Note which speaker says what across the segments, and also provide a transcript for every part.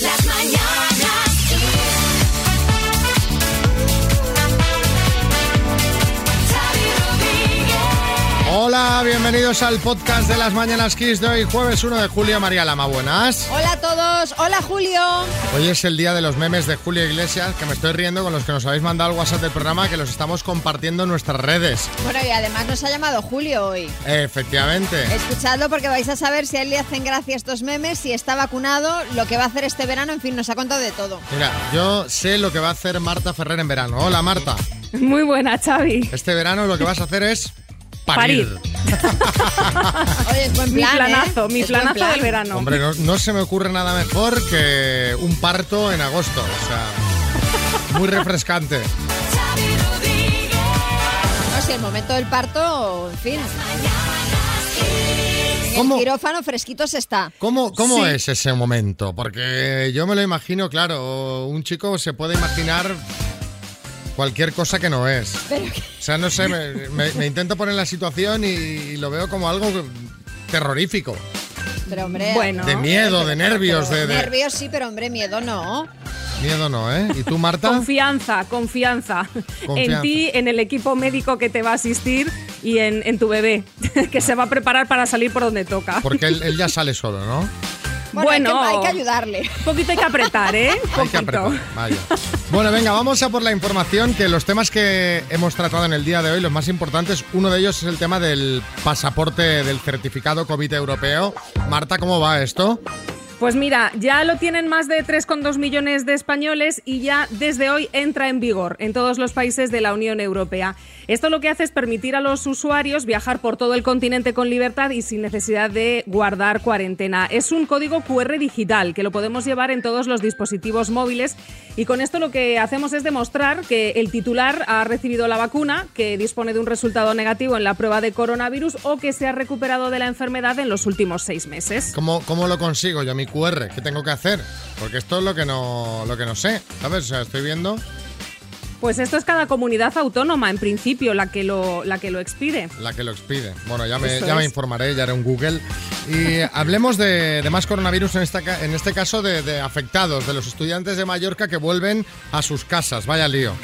Speaker 1: Las mañanas Kiss. Xavi Rodríguez.
Speaker 2: Hola, bienvenidos al podcast de las Mañanas Kiss de hoy, jueves 1 de julio. María Lama, buenas.
Speaker 3: Hola a todos, hola Julio.
Speaker 2: Hoy es el día de los memes de Julio Iglesias, que me estoy riendo con los que nos habéis mandado al WhatsApp del programa, que los estamos compartiendo en nuestras redes.
Speaker 3: Bueno, y además nos ha llamado Julio hoy.
Speaker 2: Efectivamente.
Speaker 3: Escuchadlo porque vais a saber si a él le hacen gracia estos memes, si está vacunado, lo que va a hacer este verano, en fin, nos ha contado de todo.
Speaker 2: Mira, yo sé lo que va a hacer Marta Ferrer en verano. Hola, Marta.
Speaker 4: Muy buena, Xavi.
Speaker 2: Este verano lo que vas a hacer es parir.
Speaker 4: Parir.
Speaker 3: Oye, es buen
Speaker 4: Mi
Speaker 3: plan, ¿eh?
Speaker 4: planazo, mi
Speaker 3: Es buen
Speaker 4: planazo
Speaker 3: plan.
Speaker 4: del verano.
Speaker 2: Hombre, no, no se me ocurre nada mejor que un parto en agosto. O sea, muy refrescante.
Speaker 1: Xavi Rodríguez.
Speaker 3: No sé, el momento del parto, en fin.
Speaker 1: Mañanas Kiss.
Speaker 3: En
Speaker 2: ¿Cómo?
Speaker 3: el quirófano fresquitos está.
Speaker 2: ¿Cómo, cómo
Speaker 4: Sí.
Speaker 2: es ese momento? Porque yo me lo imagino, claro, un chico se puede imaginar cualquier cosa que no es. O sea, no sé, me, me- me intento poner en la situación y lo veo como algo terrorífico.
Speaker 3: Pero hombre.
Speaker 4: Bueno.
Speaker 2: De miedo, de nervios, de,
Speaker 3: pero
Speaker 2: de-
Speaker 3: Nervios sí, pero hombre, miedo no.
Speaker 2: Miedo no, ¿eh? ¿Y tú, Marta?
Speaker 4: Confianza, confianza,
Speaker 2: Confianza.
Speaker 4: en ti, en el equipo médico que te va a asistir y en, en tu bebé, que se va a preparar para salir por donde toca.
Speaker 2: Porque él, él ya sale solo, ¿no?
Speaker 3: Bueno, hay que-
Speaker 4: Bueno.
Speaker 3: hay que ayudarle.
Speaker 4: Un poquito hay que apretar, ¿eh?
Speaker 2: Hay que
Speaker 4: Poquito.
Speaker 2: apretar, vaya. Bueno, venga, vamos a por la información, que los temas que hemos tratado en el día de hoy, los más importantes, uno de ellos es el tema del pasaporte del certificado COVID europeo. Marta, ¿cómo va esto?
Speaker 4: Pues mira, ya lo tienen más de 3,2 millones de españoles y ya desde hoy entra en vigor en todos los países de la Unión Europea. Esto lo que hace es permitir a los usuarios viajar por todo el continente con libertad y sin necesidad de guardar cuarentena. Es un código QR digital que lo podemos llevar en todos los dispositivos móviles y con esto lo que hacemos es demostrar que el titular ha recibido la vacuna, que dispone de un resultado negativo en la prueba de coronavirus o que se ha recuperado de la enfermedad en los últimos seis meses.
Speaker 2: ¿Cómo, cómo lo consigo yo mi QR? ¿Qué tengo que hacer? Porque esto es lo que no, lo que no sé, ¿sabes? O sea, estoy viendo
Speaker 4: Pues esto es cada comunidad autónoma, en principio, la que lo, la que lo expide.
Speaker 2: la que lo expide. Bueno, ya me,
Speaker 4: Eso
Speaker 2: ya me
Speaker 4: es.
Speaker 2: informaré, ya haré un Google. Y hablemos de, de más coronavirus, en, esta, ca- en este caso de, de afectados, de los estudiantes de Mallorca que vuelven a sus casas. Vaya lío.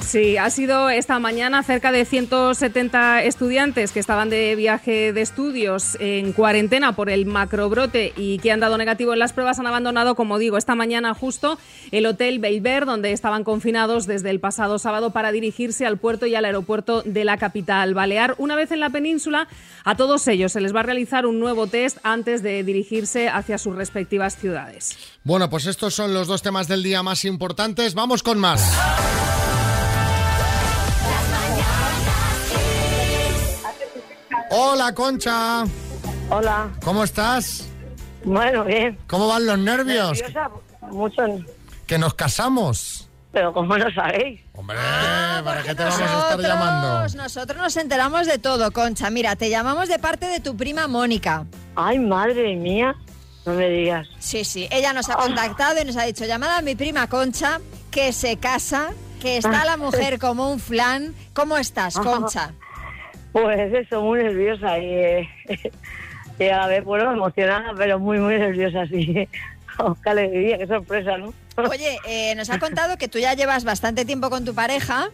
Speaker 4: Sí, ha sido esta mañana cerca de 170 estudiantes que estaban de viaje de estudios en cuarentena por el macrobrote y que han dado negativo en las pruebas han abandonado, como digo, esta mañana justo el hotel Beiber, donde estaban confinados desde el pasado sábado para dirigirse al puerto y al aeropuerto de la capital balear. Una vez en la península, a todos ellos se les va a realizar un nuevo test antes de dirigirse hacia sus respectivas ciudades.
Speaker 2: Bueno, pues estos son los dos temas del día más importantes. Vamos con más. Hola, Concha.
Speaker 5: Hola,
Speaker 2: ¿Cómo estás?
Speaker 5: bueno, bien.
Speaker 2: ¿Cómo van los nervios?
Speaker 5: Nerviosa, mucho, no.
Speaker 2: Que nos casamos.
Speaker 5: pero como lo sabéis,
Speaker 2: Hombre,
Speaker 5: Ah,
Speaker 2: ¿para qué te vamos a estar
Speaker 3: Nosotros,
Speaker 2: llamando?
Speaker 3: nosotros nos enteramos de todo, Concha. Mira, te llamamos de parte de tu prima Mónica.
Speaker 5: ay madre mía, no me digas.
Speaker 3: Sí, sí. Ella nos ha
Speaker 5: Oh.
Speaker 3: contactado y nos ha dicho, llamada a mi prima Concha, que se casa, que
Speaker 5: Ah.
Speaker 3: está la mujer como un flan. ¿Cómo estás, Concha?
Speaker 5: Pues eso, muy nerviosa y, eh, y a la vez, bueno, emocionada, pero muy, muy nerviosa, sí. Oh, ¡Qué alegría, qué sorpresa, ¿no?
Speaker 3: Oye, eh, nos ha contado que tú ya llevas bastante tiempo con tu pareja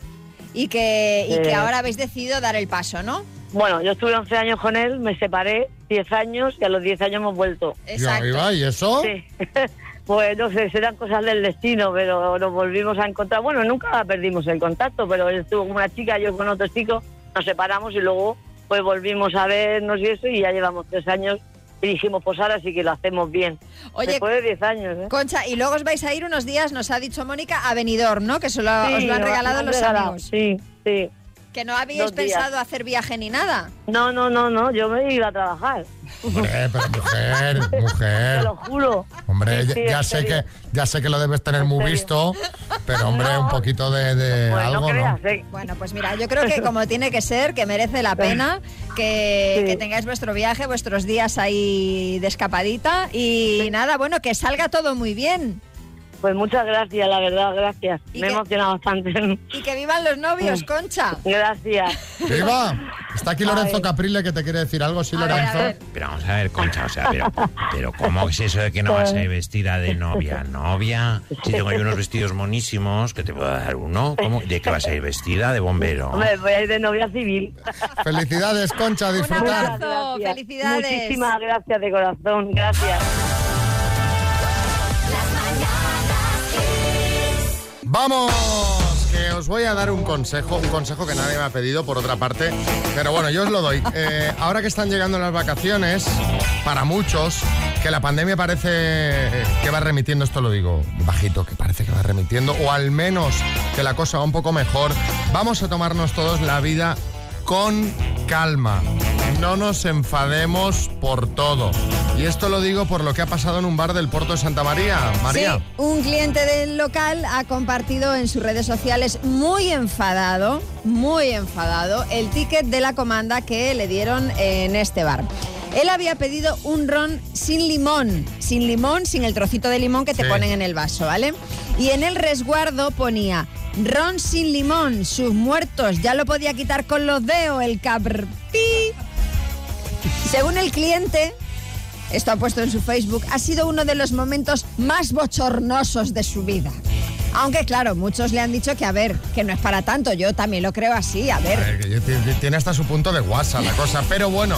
Speaker 3: y que, y que
Speaker 5: Sí.
Speaker 3: ahora habéis decidido dar el paso, ¿no?
Speaker 5: Bueno, yo estuve 11 años con él, me separé 10 años y a los 10 años hemos vuelto.
Speaker 2: Yo arriba, ¿y eso?
Speaker 5: Sí. Pues no sé, serán cosas del destino, pero nos volvimos a encontrar. Bueno, nunca perdimos el contacto, pero él estuvo con una chica, yo con otro chico, nos separamos y luego pues volvimos a vernos y eso, y ya llevamos tres años y dijimos, pues ahora sí que lo hacemos bien.
Speaker 3: Oye,
Speaker 5: Después de diez años, ¿eh?
Speaker 3: Concha, y luego os vais a ir unos días, nos ha dicho Mónica, a Benidorm, ¿no? Que se lo- os
Speaker 5: Sí,
Speaker 3: lo han
Speaker 5: nos
Speaker 3: regalado
Speaker 5: han
Speaker 3: los
Speaker 5: regalado,
Speaker 3: amigos.
Speaker 5: Sí, sí.
Speaker 3: Que no habíais
Speaker 5: Dos días.
Speaker 3: pensado hacer viaje ni nada.
Speaker 5: No, no, no, no, yo me iba a trabajar,
Speaker 2: Hombre, pero mujer,
Speaker 5: te
Speaker 2: mujer.
Speaker 5: lo juro.
Speaker 2: Hombre,
Speaker 5: Sí,
Speaker 2: ya,
Speaker 5: sí,
Speaker 2: ya
Speaker 5: en
Speaker 2: sé
Speaker 5: serio.
Speaker 2: que, ya sé que lo debes tener muy
Speaker 5: serio.
Speaker 2: visto, pero hombre, un poquito de, de
Speaker 5: Pues
Speaker 2: algo,
Speaker 5: no creas,
Speaker 2: ¿no?
Speaker 5: ¿eh?
Speaker 3: Bueno, pues mira, yo creo que como tiene que ser, que merece la pena que,
Speaker 5: Sí.
Speaker 3: que tengáis vuestro viaje, vuestros días ahí de escapadita y nada, bueno, que salga todo muy bien
Speaker 5: Pues muchas gracias, la verdad, gracias.
Speaker 3: ¿Y
Speaker 5: Me he
Speaker 3: qué?
Speaker 5: emocionado bastante.
Speaker 3: y que vivan los novios, Concha.
Speaker 5: Gracias.
Speaker 2: ¡Viva! Está aquí Lorenzo
Speaker 5: Ay.
Speaker 2: Caprile que te quiere decir algo, sí,
Speaker 3: A ver, a
Speaker 2: Lorenzo.
Speaker 3: ver.
Speaker 6: Pero vamos a ver, Concha, o sea, pero, pero ¿cómo es eso de que no vas a ir vestida de novia? ¿Novia? Si tengo yo unos vestidos monísimos, que te puedo dar uno. ¿Cómo? ¿De qué vas a ir vestida? ¿De bombero?
Speaker 5: Hombre, voy a ir de novia civil.
Speaker 2: Felicidades, Concha, a disfrutar.
Speaker 3: abrazo. felicidades.
Speaker 5: Muchísimas gracias de corazón, gracias.
Speaker 1: Las mañanas kiss.
Speaker 2: ¡Vamos! Que os voy a dar un consejo, un consejo que nadie me ha pedido por otra parte, pero bueno, yo os lo doy. Eh, ahora que están llegando las vacaciones, para muchos, que la pandemia parece que va remitiendo, esto lo digo bajito, que parece que va remitiendo, o al menos que la cosa va un poco mejor, vamos a tomarnos todos la vida con calma. No nos enfademos por todo. Y esto lo digo por lo que ha pasado en un bar del puerto de Santa María. María.
Speaker 3: Sí, un cliente del local ha compartido en sus redes sociales muy enfadado, muy enfadado, el ticket de la comanda que le dieron en este bar. Él había pedido un ron sin limón, sin limón, sin el trocito de limón que te
Speaker 2: Sí.
Speaker 3: ponen en el vaso, ¿vale? Y en el resguardo ponía ron sin limón, sus muertos, ya lo podía quitar con los dedos, el cabr... pi". Según el cliente, esto ha puesto en su Facebook, ha sido uno de los momentos más bochornosos de su vida. Aunque claro, muchos le han dicho que a ver, que no es para tanto, yo también lo creo así, a ver.
Speaker 2: Eh, que yo- ti- ti- Tiene hasta su punto de guasa la cosa, pero bueno,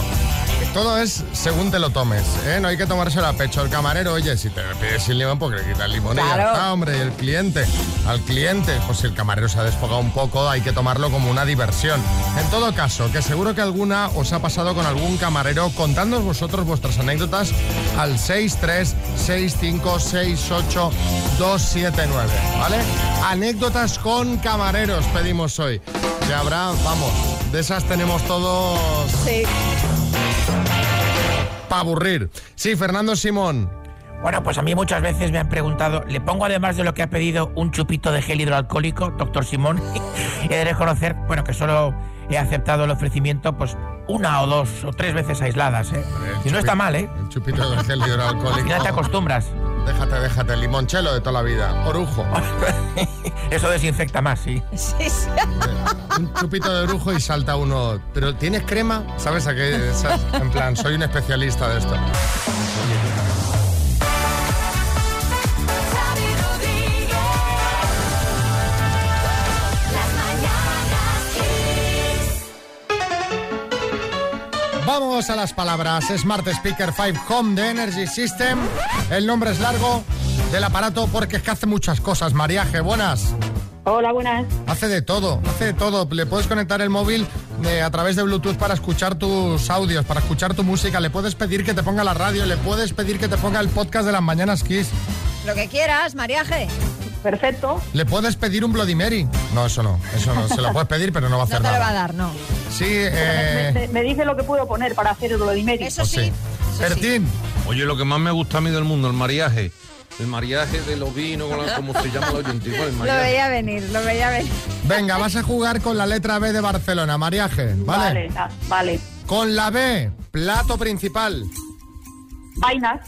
Speaker 2: todo es según te lo tomes, ¿eh? No hay que tomárselo a pecho. El camarero, oye, si te pides sin limón, pues que le quita el limón y ya
Speaker 3: Claro.
Speaker 2: está, hombre. Y el cliente, al cliente, pues si el camarero se ha desfogado un poco, hay que tomarlo como una diversión. En todo caso, que seguro que alguna os ha pasado con algún camarero, contadnos vosotros vuestras anécdotas al 636568279, ¿vale? Anécdotas con camareros pedimos hoy. Que habrá, vamos, de esas tenemos todos
Speaker 3: Sí.
Speaker 2: para aburrir. Sí, Fernando Simón.
Speaker 7: Bueno, pues a mí muchas veces me han preguntado, ¿le pongo además de lo que ha pedido un chupito de gel hidroalcohólico, doctor Simón? he de reconocer, bueno, que solo he aceptado el ofrecimiento, pues una o dos o tres veces aisladas, ¿eh? Y no está mal, ¿eh?
Speaker 2: El chupito de gel
Speaker 7: Al final te
Speaker 2: hidroalcohólico.
Speaker 7: acostumbras.
Speaker 2: Déjate, déjate, limonchelo de toda la vida. Orujo.
Speaker 7: Eso desinfecta más, sí.
Speaker 3: Sí, sí.
Speaker 2: Un chupito de orujo y salta uno. Pero ¿tienes crema? ¿Sabes a qué? Esas- En plan, soy un especialista de esto.
Speaker 1: Xavi Rodríguez. Las mañanas kiss.
Speaker 2: Vamos a las palabras. Smart Speaker 5 Home de Energy System. El nombre es largo del aparato porque es que hace muchas cosas. Mariaje, buenas.
Speaker 8: Hola, buenas.
Speaker 2: Hace de todo, hace de todo. Le puedes conectar el móvil eh, a través de Bluetooth para escuchar tus audios, para escuchar tu música. Le puedes pedir que te ponga la radio, le puedes pedir que te ponga el podcast de las mañanas Kiss.
Speaker 3: Lo que quieras, mariaje.
Speaker 8: Perfecto.
Speaker 2: Le puedes pedir un Bloody Mary. No, eso no, eso no. Se lo puedes pedir, pero no va a
Speaker 3: No
Speaker 2: hacer
Speaker 3: te lo va a
Speaker 2: nada.
Speaker 3: dar, no.
Speaker 2: Sí,
Speaker 8: Me,
Speaker 2: eh.
Speaker 8: me- me dice lo que puedo poner para hacer el Bloody Mary.
Speaker 3: Eso
Speaker 2: pues
Speaker 3: sí. eso sí.
Speaker 2: Bertín,
Speaker 9: Oye, lo que más me gusta a mí del mundo, el mariaje. El mariaje de los vinos, con la- como se llama la oyuntiva, el
Speaker 3: Lo
Speaker 9: mariaje.
Speaker 3: veía venir, lo veía venir.
Speaker 2: venga, vas a jugar con la letra B de Barcelona, mariaje, ¿vale?
Speaker 8: Vale, ah, vale.
Speaker 2: Con la B, plato principal.
Speaker 8: Vainas.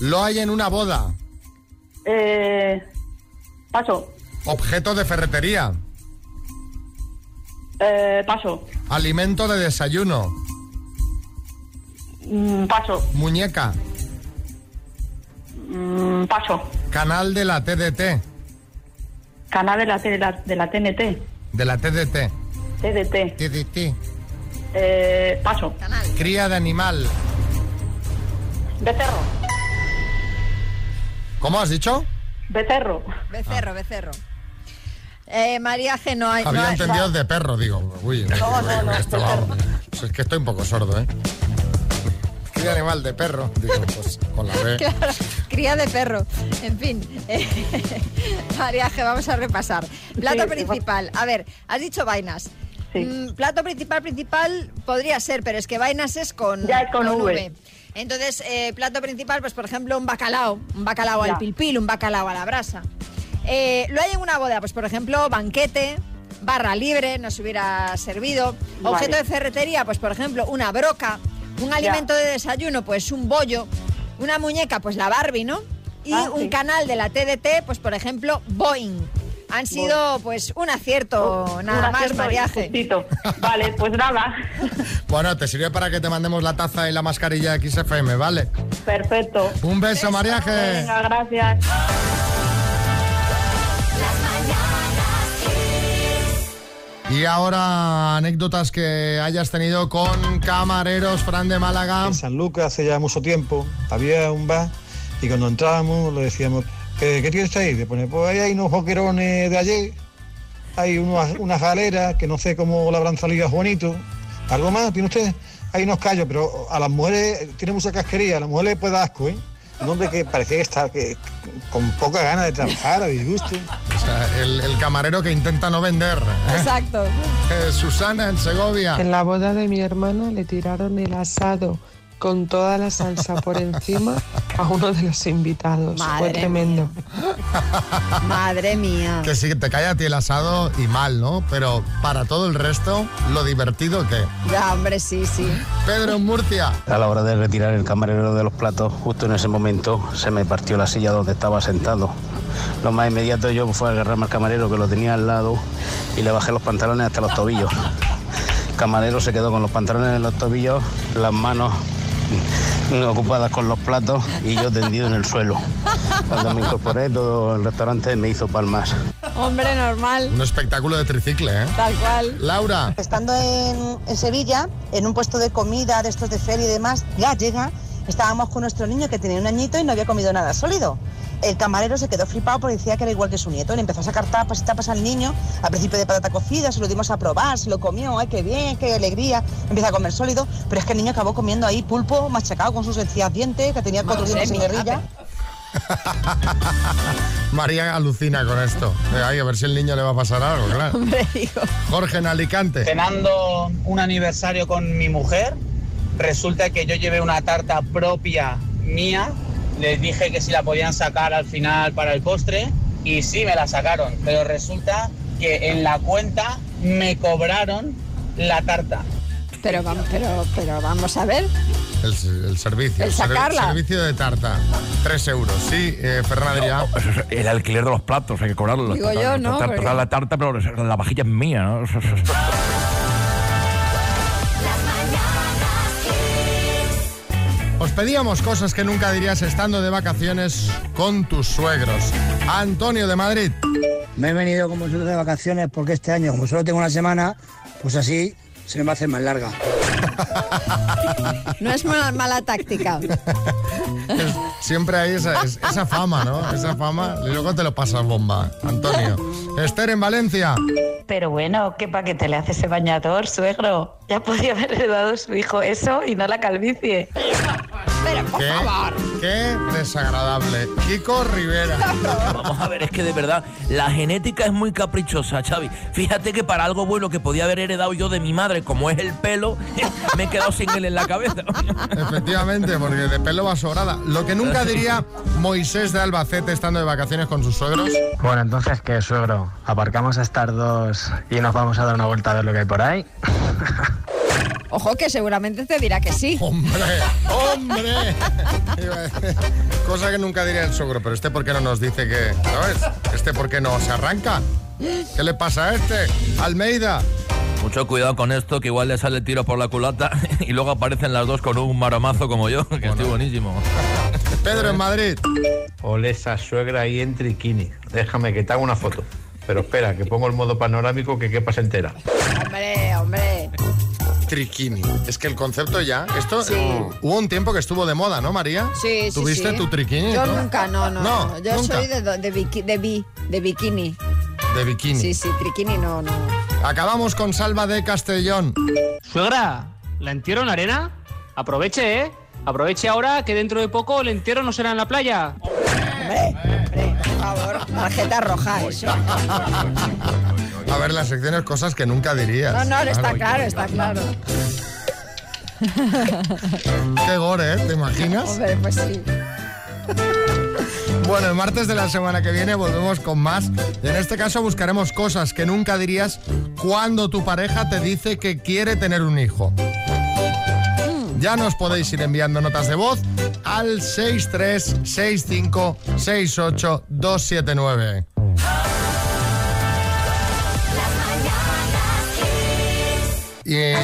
Speaker 2: Lo hay en una boda.
Speaker 8: Eh, paso.
Speaker 2: Objeto de ferretería.
Speaker 8: Eh, paso.
Speaker 2: Alimento de desayuno.
Speaker 8: Mm, paso.
Speaker 2: Muñeca.
Speaker 8: Mm, paso.
Speaker 2: Canal de la TDT.
Speaker 8: Canal de la, T- de la, de la TNT.
Speaker 2: De la TDT.
Speaker 8: TDT.
Speaker 2: TDT.
Speaker 8: Eh, paso.
Speaker 2: Cría de animal.
Speaker 8: Becerro.
Speaker 2: ¿Cómo has dicho?
Speaker 8: Becerro.
Speaker 3: Becerro, becerro. Eh, mariaje no hay. no
Speaker 2: Ah. Había
Speaker 3: hay-
Speaker 2: entendido de perro, digo. Uy, eh,
Speaker 8: No, no, no,
Speaker 2: esto
Speaker 8: de
Speaker 2: va-
Speaker 8: perro.
Speaker 2: Pues Es que estoy un poco sordo, ¿eh? Cría de animal de perro. Digo, pues con la B.
Speaker 3: Claro, cría de perro. En fin. eh, mariaje, vamos a repasar. Plato
Speaker 8: Sí,
Speaker 3: principal. A ver, has dicho vainas.
Speaker 8: Sí.
Speaker 3: Mm, plato principal, principal podría ser, pero es que vainas es con,
Speaker 8: Ya es con V.
Speaker 3: Entonces, eh, plato principal, pues por ejemplo, un bacalao. Un bacalao
Speaker 8: Ya.
Speaker 3: al pilpil, un bacalao a la brasa. Eh, lo hay en una boda, pues por ejemplo, banquete. Barra libre, nos hubiera servido.
Speaker 8: Vale.
Speaker 3: Objeto de ferretería, pues por ejemplo, una broca. Un alimento de desayuno, pues un bollo, una muñeca, pues la Barbie, ¿no? Y
Speaker 8: Ah,
Speaker 3: un
Speaker 8: sí.
Speaker 3: canal de la TDT, pues por ejemplo, Boeing. Han sido pues un acierto, Oh, nada
Speaker 8: Un
Speaker 3: más,
Speaker 8: acierto
Speaker 3: mariaje.
Speaker 8: justito. Vale, pues nada.
Speaker 2: Bueno, te sirve para que te mandemos la taza y la mascarilla de XFM, ¿vale?
Speaker 8: Perfecto.
Speaker 2: Un beso, mariaje.
Speaker 8: Venga, gracias.
Speaker 1: las mañanas kiss,
Speaker 2: Y ahora, anécdotas que hayas tenido con camareros, Fran de Málaga.
Speaker 10: En San Lucas hace ya mucho tiempo había un bar y cuando entrábamos le decíamos, ¿qué, qué tienes ahí? Le pone, pues ahí hay unos joquerones de ayer, hay unas, unas galeras que no sé cómo la habrán salido a Juanito. ¿Algo más tiene usted? Hay unos callos, pero a las mujeres tiene mucha casquería, a las mujeres les puede dar asco, ¿eh? Un hombre que parecía que estaba que, con poca ganas de trabajar, a disgusto.
Speaker 2: O sea, el, el camarero que intenta no vender.
Speaker 3: Exacto.
Speaker 2: Eh, Susana, en Segovia.
Speaker 11: En la boda de mi hermana le tiraron el asado con toda la salsa por encima a uno de los invitados.
Speaker 3: Madre
Speaker 11: Fue tremendo.
Speaker 3: Madre mía.
Speaker 2: Que sí, te cae a ti el asado y mal, ¿no? Pero para todo el resto, lo divertido que.
Speaker 3: Ya, hombre, sí, sí.
Speaker 2: Pedro en Murcia.
Speaker 12: A la hora de retirar el camarero de los platos, justo en ese momento se me partió la silla donde estaba sentado. Lo más inmediato yo fue agarrarme al camarero que lo tenía al lado y le bajé los pantalones hasta los tobillos. El camarero se quedó con los pantalones en los tobillos, las manos ocupadas con los platos y yo tendido en el suelo. Cuando me incorporé, todo el restaurante me hizo palmas.
Speaker 3: Hombre normal,
Speaker 2: Un espectáculo de tricicle, ¿eh?
Speaker 3: tal cual.
Speaker 2: Laura.
Speaker 13: Estando en, en Sevilla, en un puesto de comida, de estos de feria y demás, ya llega, estábamos con nuestro niño que tenía un añito y no había comido nada sólido. El camarero se quedó flipado porque decía que era igual que su nieto. Le empezó a sacar tapas y tapas al niño, al principio de patata cocida, se lo dimos a probar, se lo comió, ay, qué bien, qué alegría. Empieza a comer sólido, pero es que el niño acabó comiendo ahí pulpo machacado con sus encías dientes, que tenía cuatro dientes en guerrilla.
Speaker 2: María alucina con esto. Eh, Ay, a ver si el niño le va a pasar algo, claro.
Speaker 3: Hombre, hijo.
Speaker 2: Jorge en Alicante.
Speaker 12: Cenando un aniversario con mi mujer, resulta que yo llevé una tarta propia mía, les dije que si la podían sacar al final para el postre y sí me la sacaron, pero resulta que en la cuenta me cobraron la tarta.
Speaker 3: Pero vamos, pero, pero vamos a ver.
Speaker 2: El, el servicio.
Speaker 3: El
Speaker 2: ser-
Speaker 3: sacarla.
Speaker 2: servicio de tarta. Tres euros. Sí, eh, Ferran Adrià.
Speaker 7: El alquiler de los platos, hay que cobrarlo.
Speaker 3: Digo yo, ¿no?
Speaker 7: La tarta,
Speaker 3: Porque-
Speaker 7: la tarta, pero la vajilla es mía, ¿no?
Speaker 1: las mañanas kiss,
Speaker 2: Os pedíamos cosas que nunca dirías estando de vacaciones con tus suegros. Antonio de Madrid.
Speaker 12: Me he venido con vosotros de vacaciones porque este año, como solo tengo una semana, pues así se me va a hacer más larga.
Speaker 3: No es mala, mala táctica.
Speaker 2: Es- siempre hay esa, es- esa fama, ¿no? Esa fama. Y luego te lo pasas bomba, Antonio. Esther en Valencia.
Speaker 13: Pero bueno, ¿qué paquete le hace ese bañador, suegro? Ya podía haber heredado su hijo eso y no la calvicie.
Speaker 2: ¿Qué? Qué desagradable. Kiko Rivera.
Speaker 7: Vamos a ver, es que de verdad, la genética es muy caprichosa, Xavi. Fíjate que para algo bueno que podía haber heredado yo de mi madre, como es el pelo, me he quedado sin él en la cabeza.
Speaker 2: Efectivamente, porque de pelo va sobrada. Lo que nunca diría Moisés de Albacete estando de vacaciones con sus suegros.
Speaker 12: Bueno, entonces, ¿qué, suegro? ¿Aparcamos a estar dos y nos vamos a dar una vuelta a ver lo que hay por ahí?
Speaker 3: Ojo que seguramente te dirá que sí.
Speaker 2: ¡Hombre! ¡Hombre! Iba a decir, Cosa que nunca diría el suegro, pero este por qué no nos dice que. ¿Sabes? Este por qué no se arranca. ¿Qué le pasa a este? Almeida.
Speaker 7: Mucho cuidado con esto, que igual le sale el tiro por la culata y luego aparecen las dos con un maromazo como yo, que estoy buenísimo.
Speaker 2: Pedro en Madrid.
Speaker 10: Ole esa suegra ahí en triquini. Déjame que te haga una foto. Pero espera, que pongo el modo panorámico que quepas entera.
Speaker 3: Hombre, hombre.
Speaker 2: Triquini. Es que el concepto ya. Esto hubo un tiempo que estuvo de moda, ¿no, María?
Speaker 3: Sí, sí,
Speaker 2: ¿Tuviste
Speaker 3: sí.
Speaker 2: tu triquini?
Speaker 3: Yo
Speaker 2: tú?
Speaker 3: nunca, no, no.
Speaker 2: No,
Speaker 3: no. Yo
Speaker 2: nunca.
Speaker 3: soy de, do- de, biqui- de, bi- de bikini.
Speaker 2: De bikini.
Speaker 3: Sí, sí, triquini no, no.
Speaker 2: Acabamos con Salva de Castellón.
Speaker 12: Suegra, ¿la entierro en arena? Aproveche, ¿eh? Aproveche ahora que dentro de poco el entierro no será en la playa.
Speaker 3: Hombre, hombre, por favor, tarjeta roja, eso.
Speaker 2: A ver, las secciones cosas que nunca dirías.
Speaker 3: No, no, está
Speaker 2: Claro.
Speaker 3: claro, está claro.
Speaker 2: Qué gore, ¿eh? ¿Te imaginas?
Speaker 3: Hombre, pues sí.
Speaker 2: Bueno, el martes de la semana que viene volvemos con más. En este caso buscaremos cosas que nunca dirías cuando tu pareja te dice que quiere tener un hijo. Ya nos podéis ir enviando notas de voz al 636568279. Y, eh,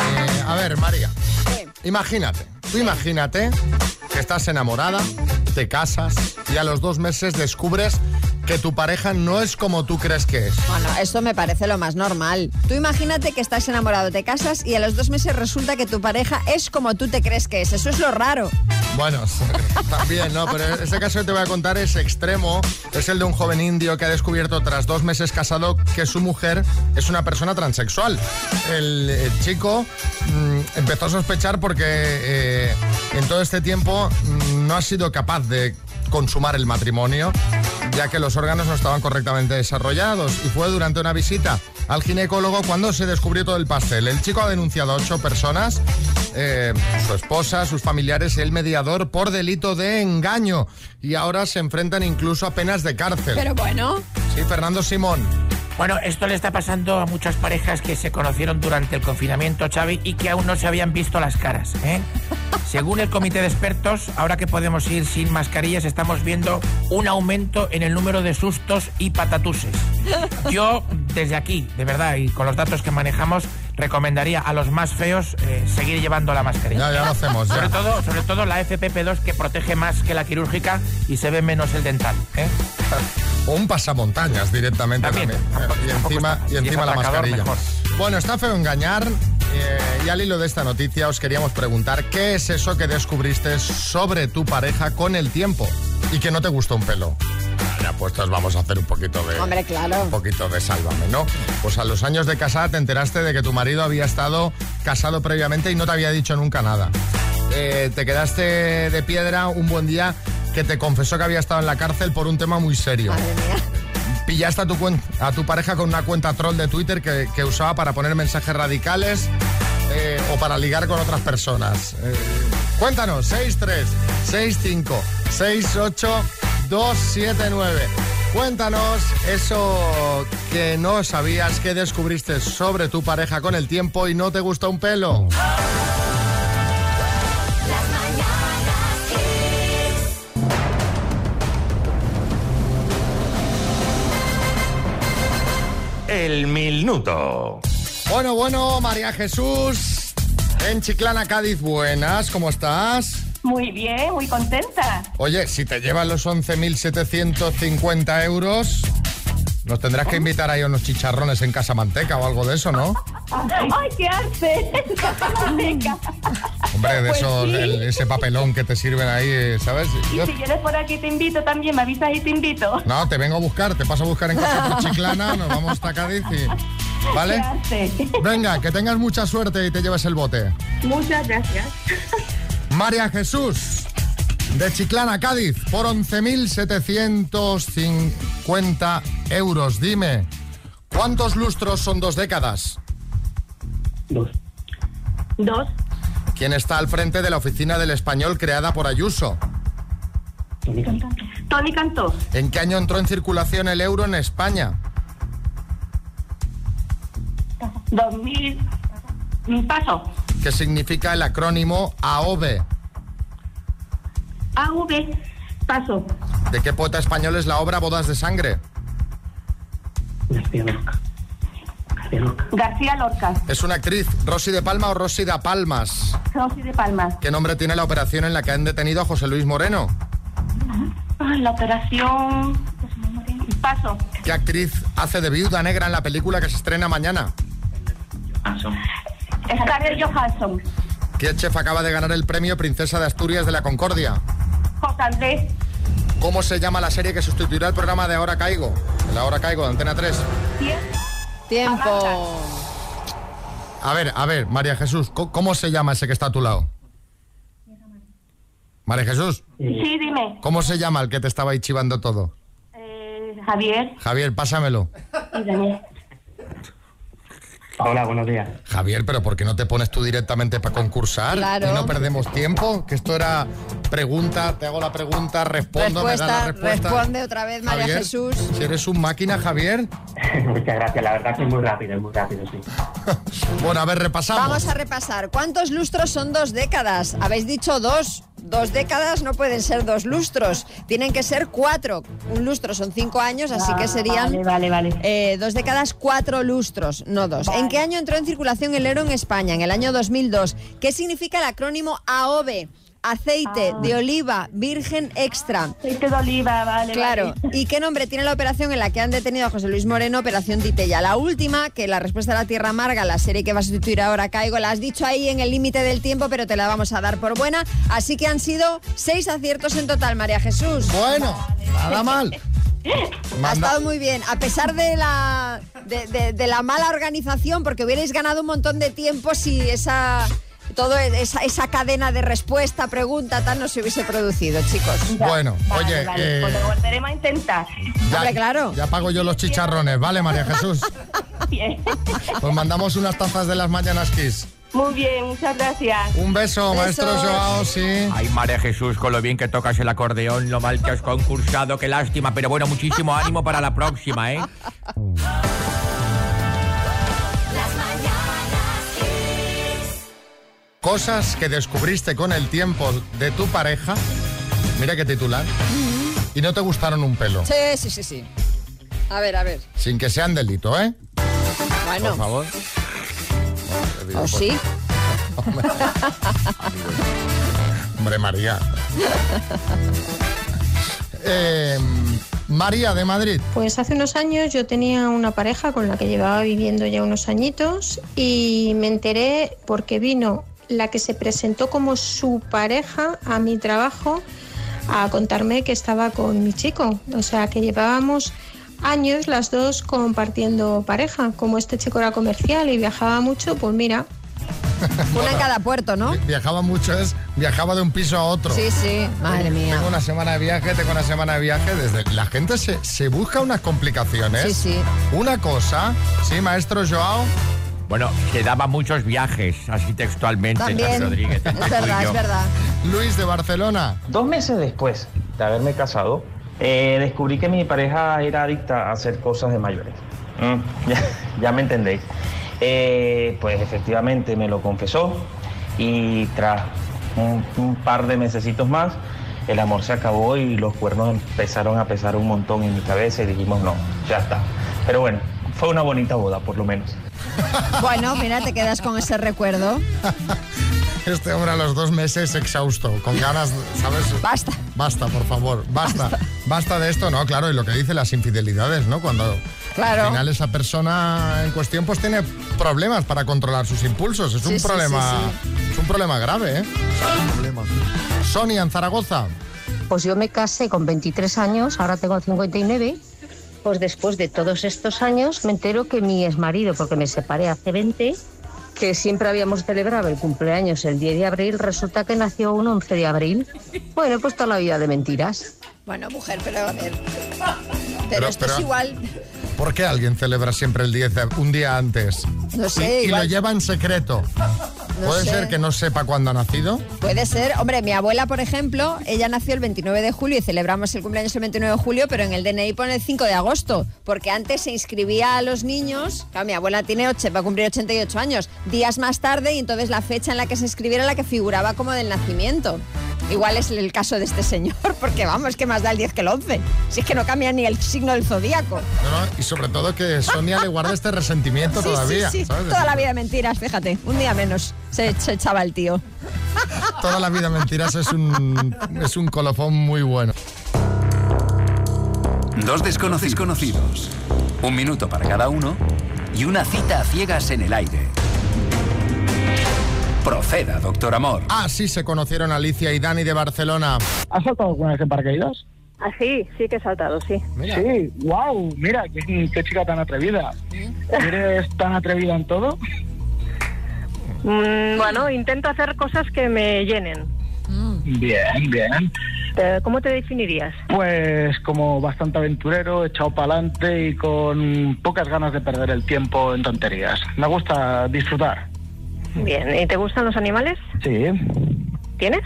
Speaker 2: a ver, María, imagínate, tú imagínate que estás enamorada, te casas y a los dos meses descubres que tu pareja no es como tú crees que es.
Speaker 3: Bueno, eso me parece lo más normal. Tú imagínate que estás enamorado, te casas y a los dos meses resulta que tu pareja es como tú te crees que es. Eso es lo raro.
Speaker 2: Bueno, también, ¿no? Pero este caso que te voy a contar es extremo. Es el de un joven indio que ha descubierto tras dos meses casado que su mujer es una persona transexual. El, eh, chico mm, empezó a sospechar porque eh, en todo este tiempo mm, no ha sido capaz de consumar el matrimonio, ya que los órganos no estaban correctamente desarrollados. Y fue durante una visita al ginecólogo cuando se descubrió todo el pastel. El chico ha denunciado a ocho personas, eh, su esposa, sus familiares y el mediador por delito de engaño. Y ahora se enfrentan incluso a penas de cárcel.
Speaker 3: Pero bueno.
Speaker 2: Sí, Fernando Simón.
Speaker 7: Bueno, esto le está pasando a muchas parejas que se conocieron durante el confinamiento, Xavi, y que aún no se habían visto las caras. ¿eh? Según el comité de expertos, ahora que podemos ir sin mascarillas, estamos viendo un aumento en el número de sustos y patatuses. Yo, desde aquí, de verdad, y con los datos que manejamos, recomendaría a los más feos eh, seguir llevando la mascarilla.
Speaker 2: Ya, ya lo hacemos, ya.
Speaker 7: Sobre todo, sobre todo la FPP2, que protege más que la quirúrgica y se ve menos el dental. ¿eh?
Speaker 2: O un pasamontañas directamente también.
Speaker 7: También, tampoco-
Speaker 2: Y
Speaker 7: tampoco
Speaker 2: encima,
Speaker 7: está-
Speaker 2: y
Speaker 7: si es
Speaker 2: encima la
Speaker 7: atracador,
Speaker 2: mascarilla.
Speaker 7: mejor.
Speaker 2: Bueno, está feo engañar. eh, y al hilo de esta noticia os queríamos preguntar qué es eso que descubriste sobre tu pareja con el tiempo y que no te gustó un pelo. Ahora, pues os vamos a hacer un poquito de...
Speaker 3: Hombre, claro.
Speaker 2: Un poquito de sálvame, ¿no? Pues a los años de casada te enteraste de que tu marido había estado casado previamente y no te había dicho nunca nada. Eh, te quedaste de piedra un buen día que te confesó que había estado en la cárcel por un tema muy serio. Pillaste a tu, cuen- a tu pareja con una cuenta troll de Twitter que, que usaba para poner mensajes radicales eh, o para ligar con otras personas. Eh, cuéntanos, 63 65 68 279. Cuéntanos eso que no sabías, que descubriste sobre tu pareja con el tiempo y no te gusta un pelo.
Speaker 6: El minuto.
Speaker 2: Bueno, bueno, María Jesús, en Chiclana, Cádiz, buenas, ¿cómo estás?
Speaker 8: Muy bien, muy contenta.
Speaker 2: Oye, si te llevas los 11.750 euros, nos tendrás que invitar ahí a unos chicharrones en Casa Manteca o algo de eso, ¿no?
Speaker 8: ¡Ay, qué arte! Venga.
Speaker 2: Hombre, de
Speaker 8: Pues
Speaker 2: esos,
Speaker 8: sí.
Speaker 2: el- ese papelón que te sirven ahí, eh, ¿sabes?
Speaker 8: Y
Speaker 2: Yo-
Speaker 8: si vienes por aquí te invito también, me avisas y te invito.
Speaker 2: no, te vengo a buscar, te paso a buscar en casa por Chiclana, nos vamos hasta Cádiz y... ¿Vale? Venga, que tengas mucha suerte y te lleves el bote.
Speaker 8: Muchas gracias.
Speaker 2: María Jesús, de Chiclana, Cádiz, por 11.750 euros. Dime, ¿cuántos lustros son dos décadas? Dos.
Speaker 8: Dos.
Speaker 2: ¿Quién está al frente de la oficina del español creada por Ayuso?
Speaker 8: Tony Cantó,
Speaker 2: ¿En qué año entró en circulación el euro en España?
Speaker 8: 2000. mm, Paso.
Speaker 2: ¿Qué significa el acrónimo AOVE?
Speaker 8: AV. Paso.
Speaker 2: ¿De qué poeta español es la obra Bodas de Sangre?
Speaker 8: García Lorca.
Speaker 2: Es una actriz, Rosy de Palma o Rosy da Palmas.
Speaker 8: Rosy de Palmas.
Speaker 2: ¿Qué nombre tiene la operación en la que han detenido a José Luis Moreno?
Speaker 8: Ay, La operación. Paso.
Speaker 2: ¿Qué actriz hace de viuda negra en la película que se estrena mañana?
Speaker 8: Scarlett Johansson.
Speaker 2: ¿Qué chef acaba de ganar el premio Princesa de Asturias de la Concordia?
Speaker 8: José Andrés.
Speaker 2: ¿Cómo se llama la serie que sustituirá el programa de Ahora Caigo? El Ahora Caigo de Antena 3.
Speaker 3: Tiempo.
Speaker 2: A ver, a ver, María Jesús, co- ¿cómo se llama ese que está a tu lado? María Jesús,
Speaker 8: Sí, dime.
Speaker 2: ¿cómo se llama el que te estaba ahí chivando todo?
Speaker 8: Eh, Javier.
Speaker 2: Javier, pásamelo.
Speaker 8: Y Daniel.
Speaker 2: Hola, buenos días. Javier, pero ¿por qué no te pones tú directamente para concursar?
Speaker 3: Claro.
Speaker 2: Y no perdemos tiempo, que esto era pregunta, te hago la pregunta, respondo, me da
Speaker 3: Respuesta,
Speaker 2: la respuesta.
Speaker 3: responde otra vez María
Speaker 2: Javier,
Speaker 3: Jesús.
Speaker 2: Si eres un máquina, Javier. Muchas gracias, la verdad es muy rápido, es muy rápido, sí. bueno, a ver, repasamos.
Speaker 3: Vamos a repasar. ¿Cuántos lustros son dos décadas? Habéis dicho dos. Dos décadas no pueden ser dos lustros, tienen que ser cuatro. Un lustro son cinco años, así que serían
Speaker 8: Ah, vale, vale.
Speaker 3: eh, dos décadas, cuatro lustros, no dos. ¿En qué año entró en circulación el euro en España? En el año 2002. ¿Qué significa el acrónimo AOVE? Aceite
Speaker 8: Ah.
Speaker 3: de oliva virgen extra.
Speaker 8: Aceite de oliva, vale.
Speaker 3: Claro. ¿Y qué nombre tiene la operación en la que han detenido a José Luis Moreno, Operación Titella? La última, que la respuesta a la Tierra Amarga, la serie que va a sustituir ahora a Caigo, la has dicho ahí en el límite del tiempo, pero te la vamos a dar por buena. Así que han sido seis aciertos en total, María Jesús.
Speaker 2: Bueno, nada mal.
Speaker 3: Ha
Speaker 2: Manda-
Speaker 3: estado muy bien, a pesar de la, de, de- de la mala organización, porque hubierais ganado un montón de tiempo si esa, todo e-, esa, esa cadena de respuesta, pregunta, tal, no se hubiese producido, chicos.
Speaker 2: Bueno, oye, eh,
Speaker 8: pues volveremos a intentar.
Speaker 2: ya, ya pago yo los chicharrones, ¿vale, María Jesús? Pues mandamos unas tazas de las mañanas Kiss.
Speaker 8: Muy bien, muchas gracias.
Speaker 2: Un beso, maestro Joao, sí.
Speaker 7: Ay, María Jesús, con lo bien que tocas el acordeón, lo mal que has concursado, qué lástima, pero bueno, muchísimo ánimo para la próxima, ¿eh?
Speaker 2: Cosas que descubriste con el tiempo de tu pareja. Mira qué titular. Y no te gustaron un pelo.
Speaker 3: Sí, sí, sí, sí. A ver, a ver.
Speaker 2: Sin que sean delito, ¿eh?
Speaker 3: Bueno.
Speaker 2: Por favor.
Speaker 3: ¿O sí?
Speaker 2: Hombre, María. Eh, María de Madrid.
Speaker 14: Pues hace unos años yo tenía una pareja con la que llevaba viviendo ya unos añitos y me enteré porque vino la que se presentó como su pareja a mi trabajo a contarme que estaba con mi chico. O sea, que llevábamos años las dos compartiendo pareja. Como este chico era comercial y viajaba mucho, pues mira,
Speaker 3: Una en cada puerto, ¿no?
Speaker 2: Viajaba mucho, es viajaba de un piso a otro.
Speaker 3: Sí, sí, madre mía.
Speaker 2: Tengo una semana de viaje, tengo una semana de viaje. Desde la gente se, se busca unas complicaciones.
Speaker 7: Sí, sí.
Speaker 2: Una cosa, sí, maestro Joao.
Speaker 7: Bueno, se daba muchos viajes, así textualmente,
Speaker 2: También.
Speaker 7: Rodríguez.
Speaker 2: Es
Speaker 7: entre tú y
Speaker 2: verdad,
Speaker 7: yo.
Speaker 2: es verdad. Luis de Barcelona.
Speaker 15: Dos meses después de haberme casado, eh, descubrí que mi pareja era adicta a hacer cosas de mayores. Mm, ya, ya me entendéis. Eh, pues efectivamente me lo confesó y tras un, un par de mesecitos más, el amor se acabó y los cuernos empezaron a pesar un montón en mi cabeza y dijimos no, ya está. Pero bueno, fue una bonita boda por lo menos.
Speaker 3: Bueno, mira, te quedas con ese recuerdo.
Speaker 2: Este hombre a los dos meses exhausto, con ganas, ¿sabes?
Speaker 3: Basta.
Speaker 2: Basta, por favor, basta. Basta, de esto, ¿no? Claro, y lo que dice las infidelidades, ¿no? Cuando
Speaker 3: Claro.
Speaker 2: al final esa persona en cuestión pues tiene problemas para controlar sus impulsos. Es
Speaker 3: Sí,
Speaker 2: un
Speaker 3: sí,
Speaker 2: problema,
Speaker 3: sí,
Speaker 2: es un problema grave, ¿eh? Sonia en Zaragoza.
Speaker 16: Pues yo me casé con 23 años, ahora tengo 59. Pues después de todos estos años me entero que mi exmarido, porque me separé hace 20, que siempre habíamos celebrado el cumpleaños el 10 de abril, resulta que nació un 11 de abril. Bueno, pues toda la vida de mentiras.
Speaker 3: Bueno, mujer, pero a ver. Pero,
Speaker 2: Pero-
Speaker 3: esto
Speaker 2: pero-
Speaker 3: es igual.
Speaker 2: ¿Por qué alguien celebra siempre el 10 de- un día antes?
Speaker 3: No sé,
Speaker 2: Y- Y, lo
Speaker 3: igual-
Speaker 2: lleva en secreto.
Speaker 3: No
Speaker 2: ¿Puede
Speaker 3: sé.
Speaker 2: ser que no sepa cuándo ha nacido?
Speaker 3: Puede ser. Hombre, mi abuela, por ejemplo, ella nació el 29 de julio y celebramos el cumpleaños el 29 de julio, pero en el DNI pone el 5 de agosto, porque antes se inscribía a los niños. Claro, mi abuela tiene ocho- va a cumplir 88 años, días más tarde, y entonces la fecha en la que se inscribiera era la que figuraba como del nacimiento. Igual es el caso de este señor, porque vamos, que más da el 10 que el 11. Si es que no cambia ni el signo del zodíaco.
Speaker 2: No, no, y sobre todo que Sonia le guarda este resentimiento
Speaker 3: Sí,
Speaker 2: todavía.
Speaker 3: sí, sí.
Speaker 2: ¿sabes?
Speaker 3: Toda la vida mentiras, fíjate. Un día menos se, se echaba el tío.
Speaker 2: Toda la vida mentiras es un, es un colofón muy bueno.
Speaker 17: Dos desconocidos conocidos. Un minuto para cada uno y una cita a ciegas en el aire. Proceda, doctor Amor.
Speaker 2: Ah, sí, se conocieron Alicia y Dani de Barcelona.
Speaker 18: ¿Has saltado alguna vez en paracaídas?
Speaker 8: Ah, sí, sí que he saltado, sí.
Speaker 18: Sí, wow, mira, qué, qué chica tan atrevida. ¿Eres tan atrevida en todo?
Speaker 8: Mm, bueno, intento hacer cosas que me llenen.
Speaker 18: Bien, bien.
Speaker 8: Eh, ¿Cómo te definirías?
Speaker 18: Pues como bastante aventurero, echado para adelante y con pocas ganas de perder el tiempo en tonterías. Me gusta disfrutar.
Speaker 8: Bien, ¿y te gustan los animales?
Speaker 18: Sí.
Speaker 8: ¿Tienes?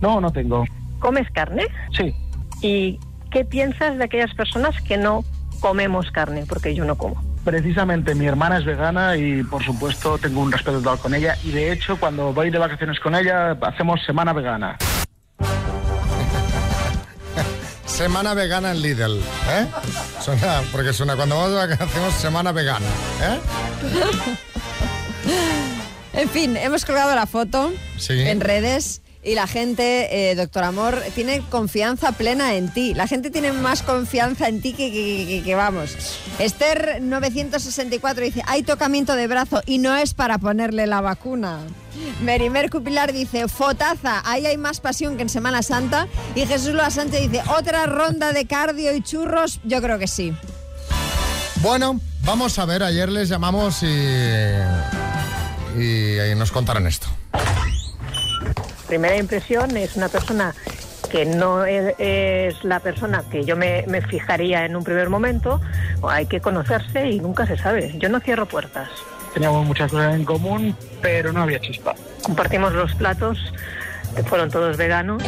Speaker 18: No, no tengo.
Speaker 8: ¿Comes carne?
Speaker 18: Sí.
Speaker 8: ¿Y qué piensas de aquellas personas que no comemos carne? Porque yo no como.
Speaker 18: Precisamente mi hermana es vegana y por supuesto tengo un respeto total con ella y de hecho cuando voy de vacaciones con ella hacemos semana vegana.
Speaker 2: Semana vegana en Lidl, ¿eh? Suena, porque suena cuando vamos de vacaciones, semana vegana, ¿eh?
Speaker 3: En fin, hemos colgado la foto
Speaker 2: Sí.
Speaker 3: en redes y la gente, eh, doctor Amor, tiene confianza plena en ti. La gente tiene más confianza en ti que, que- que- que vamos. Esther 964 dice, hay tocamiento de brazo y no es para ponerle la vacuna. Merimer Cupilar dice, fotaza, ahí hay más pasión que en Semana Santa. Y Jesús Loa Sánchez dice, otra ronda de cardio y churros, yo creo que sí.
Speaker 2: Bueno, vamos a ver, ayer les llamamos y, y, y nos contaron esto.
Speaker 8: primera impresión es una persona que no es, es la persona que yo me, me fijaría en un primer momento, hay que conocerse y nunca se sabe. Yo no cierro puertas.
Speaker 18: Teníamos muchas cosas en común, pero no había chispa.
Speaker 8: Compartimos los platos, que fueron todos veganos.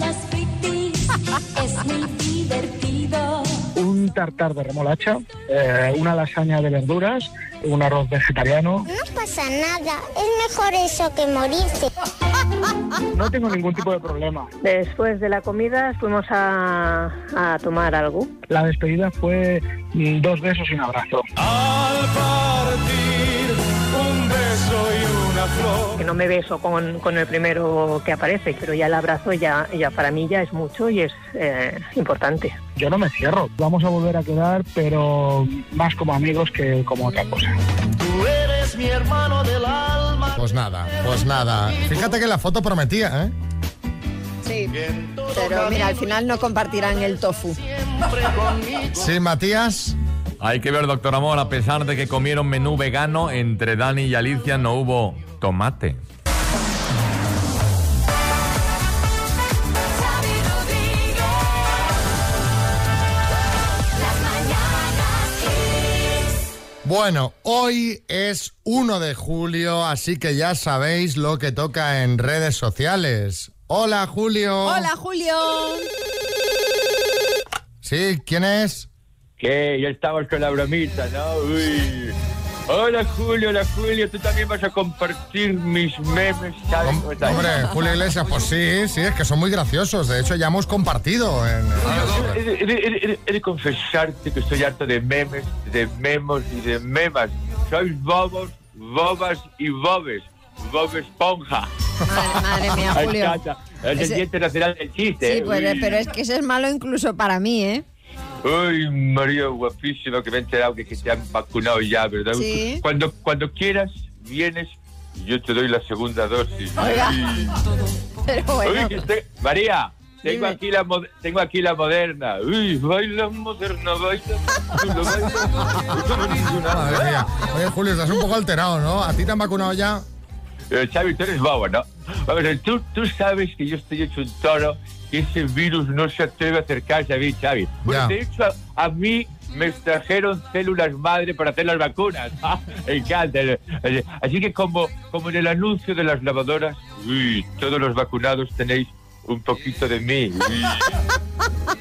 Speaker 1: Las fritis es muy divertido.
Speaker 18: Un tartar de remolacha, eh, una lasaña de verduras, un arroz vegetariano.
Speaker 1: No pasa nada, es mejor eso que morirse.
Speaker 18: No tengo ningún tipo de problema.
Speaker 8: Después de la comida fuimos a, a tomar algo.
Speaker 18: La despedida fue mm, dos besos y un abrazo.
Speaker 1: Al partir un beso y una flor.
Speaker 8: Que no me beso con, con el primero que aparece, pero ya el abrazo ya, ya para mí ya es mucho y es eh, importante.
Speaker 18: Yo no me cierro. Vamos a volver a quedar, pero más como amigos que como otra cosa.
Speaker 1: Tú eres mi hermano del alma.
Speaker 2: Pues nada, pues nada. Fíjate que la foto prometía, ¿eh?
Speaker 3: Sí, pero mira, al final no compartirán el tofu.
Speaker 2: Sí, Matías.
Speaker 19: Hay que ver, doctor Amor, a pesar de que comieron menú vegano, entre Dani y Alicia no hubo tomate.
Speaker 2: Bueno, hoy es 1 de julio, así que ya sabéis lo que toca en redes sociales. Hola, Julio.
Speaker 3: Hola, Julio.
Speaker 2: Sí, ¿quién es?
Speaker 20: Que ya estamos con la bromita, ¿no? Uy. Hola Julio, hola Julio, tú también vas a compartir mis memes, ¿sabes? cómo está?
Speaker 2: Hombre, Julio Iglesias, pues sí, sí, es que son muy graciosos. De hecho, ya hemos compartido. En...
Speaker 3: Ah,
Speaker 20: Julio, he, de- he de- he de- he de confesarte que estoy harto de memes, de memos y de memas. Sois bobos, bobas y bobes. Bob Esponja.
Speaker 3: Madre mía,
Speaker 20: Me
Speaker 3: Julio.
Speaker 20: encanta. Es el
Speaker 3: Ese-
Speaker 20: diente nacional del chiste.
Speaker 3: Sí,
Speaker 20: ¿eh?
Speaker 3: pues, eh,
Speaker 20: Uy.
Speaker 3: pero es que ese es malo incluso para mí, ¿eh?
Speaker 20: Uy, María, guapísima, que me he enterado que, que te han vacunado ya, ¿verdad?
Speaker 3: Sí.
Speaker 20: Cuando, cuando quieras, vienes y yo te doy la segunda dosis.
Speaker 1: Oiga.
Speaker 20: Uy.
Speaker 3: Pero bueno.
Speaker 20: Uy, que te- María, tengo aquí, la mo- tengo aquí la moderna. Uy, baila moderna, baila. chulo, baila.
Speaker 2: Madre mía. Oye, Julio, estás un poco alterado, ¿no? ¿A ti te han vacunado ya?
Speaker 20: Eh, Xavi, tú eres bobo, ¿no? Vamos a ver, tú, tú sabes que yo estoy hecho un toro, que ese virus no se atreve a acercarse a mí, Xavi. Bueno,
Speaker 2: Ya.
Speaker 20: de hecho, a, a mí me extrajeron células madre para hacer las vacunas. Me encanta. Eh, Así que como, como en el anuncio de las lavadoras, uy, todos los vacunados tenéis un poquito de mí. uy.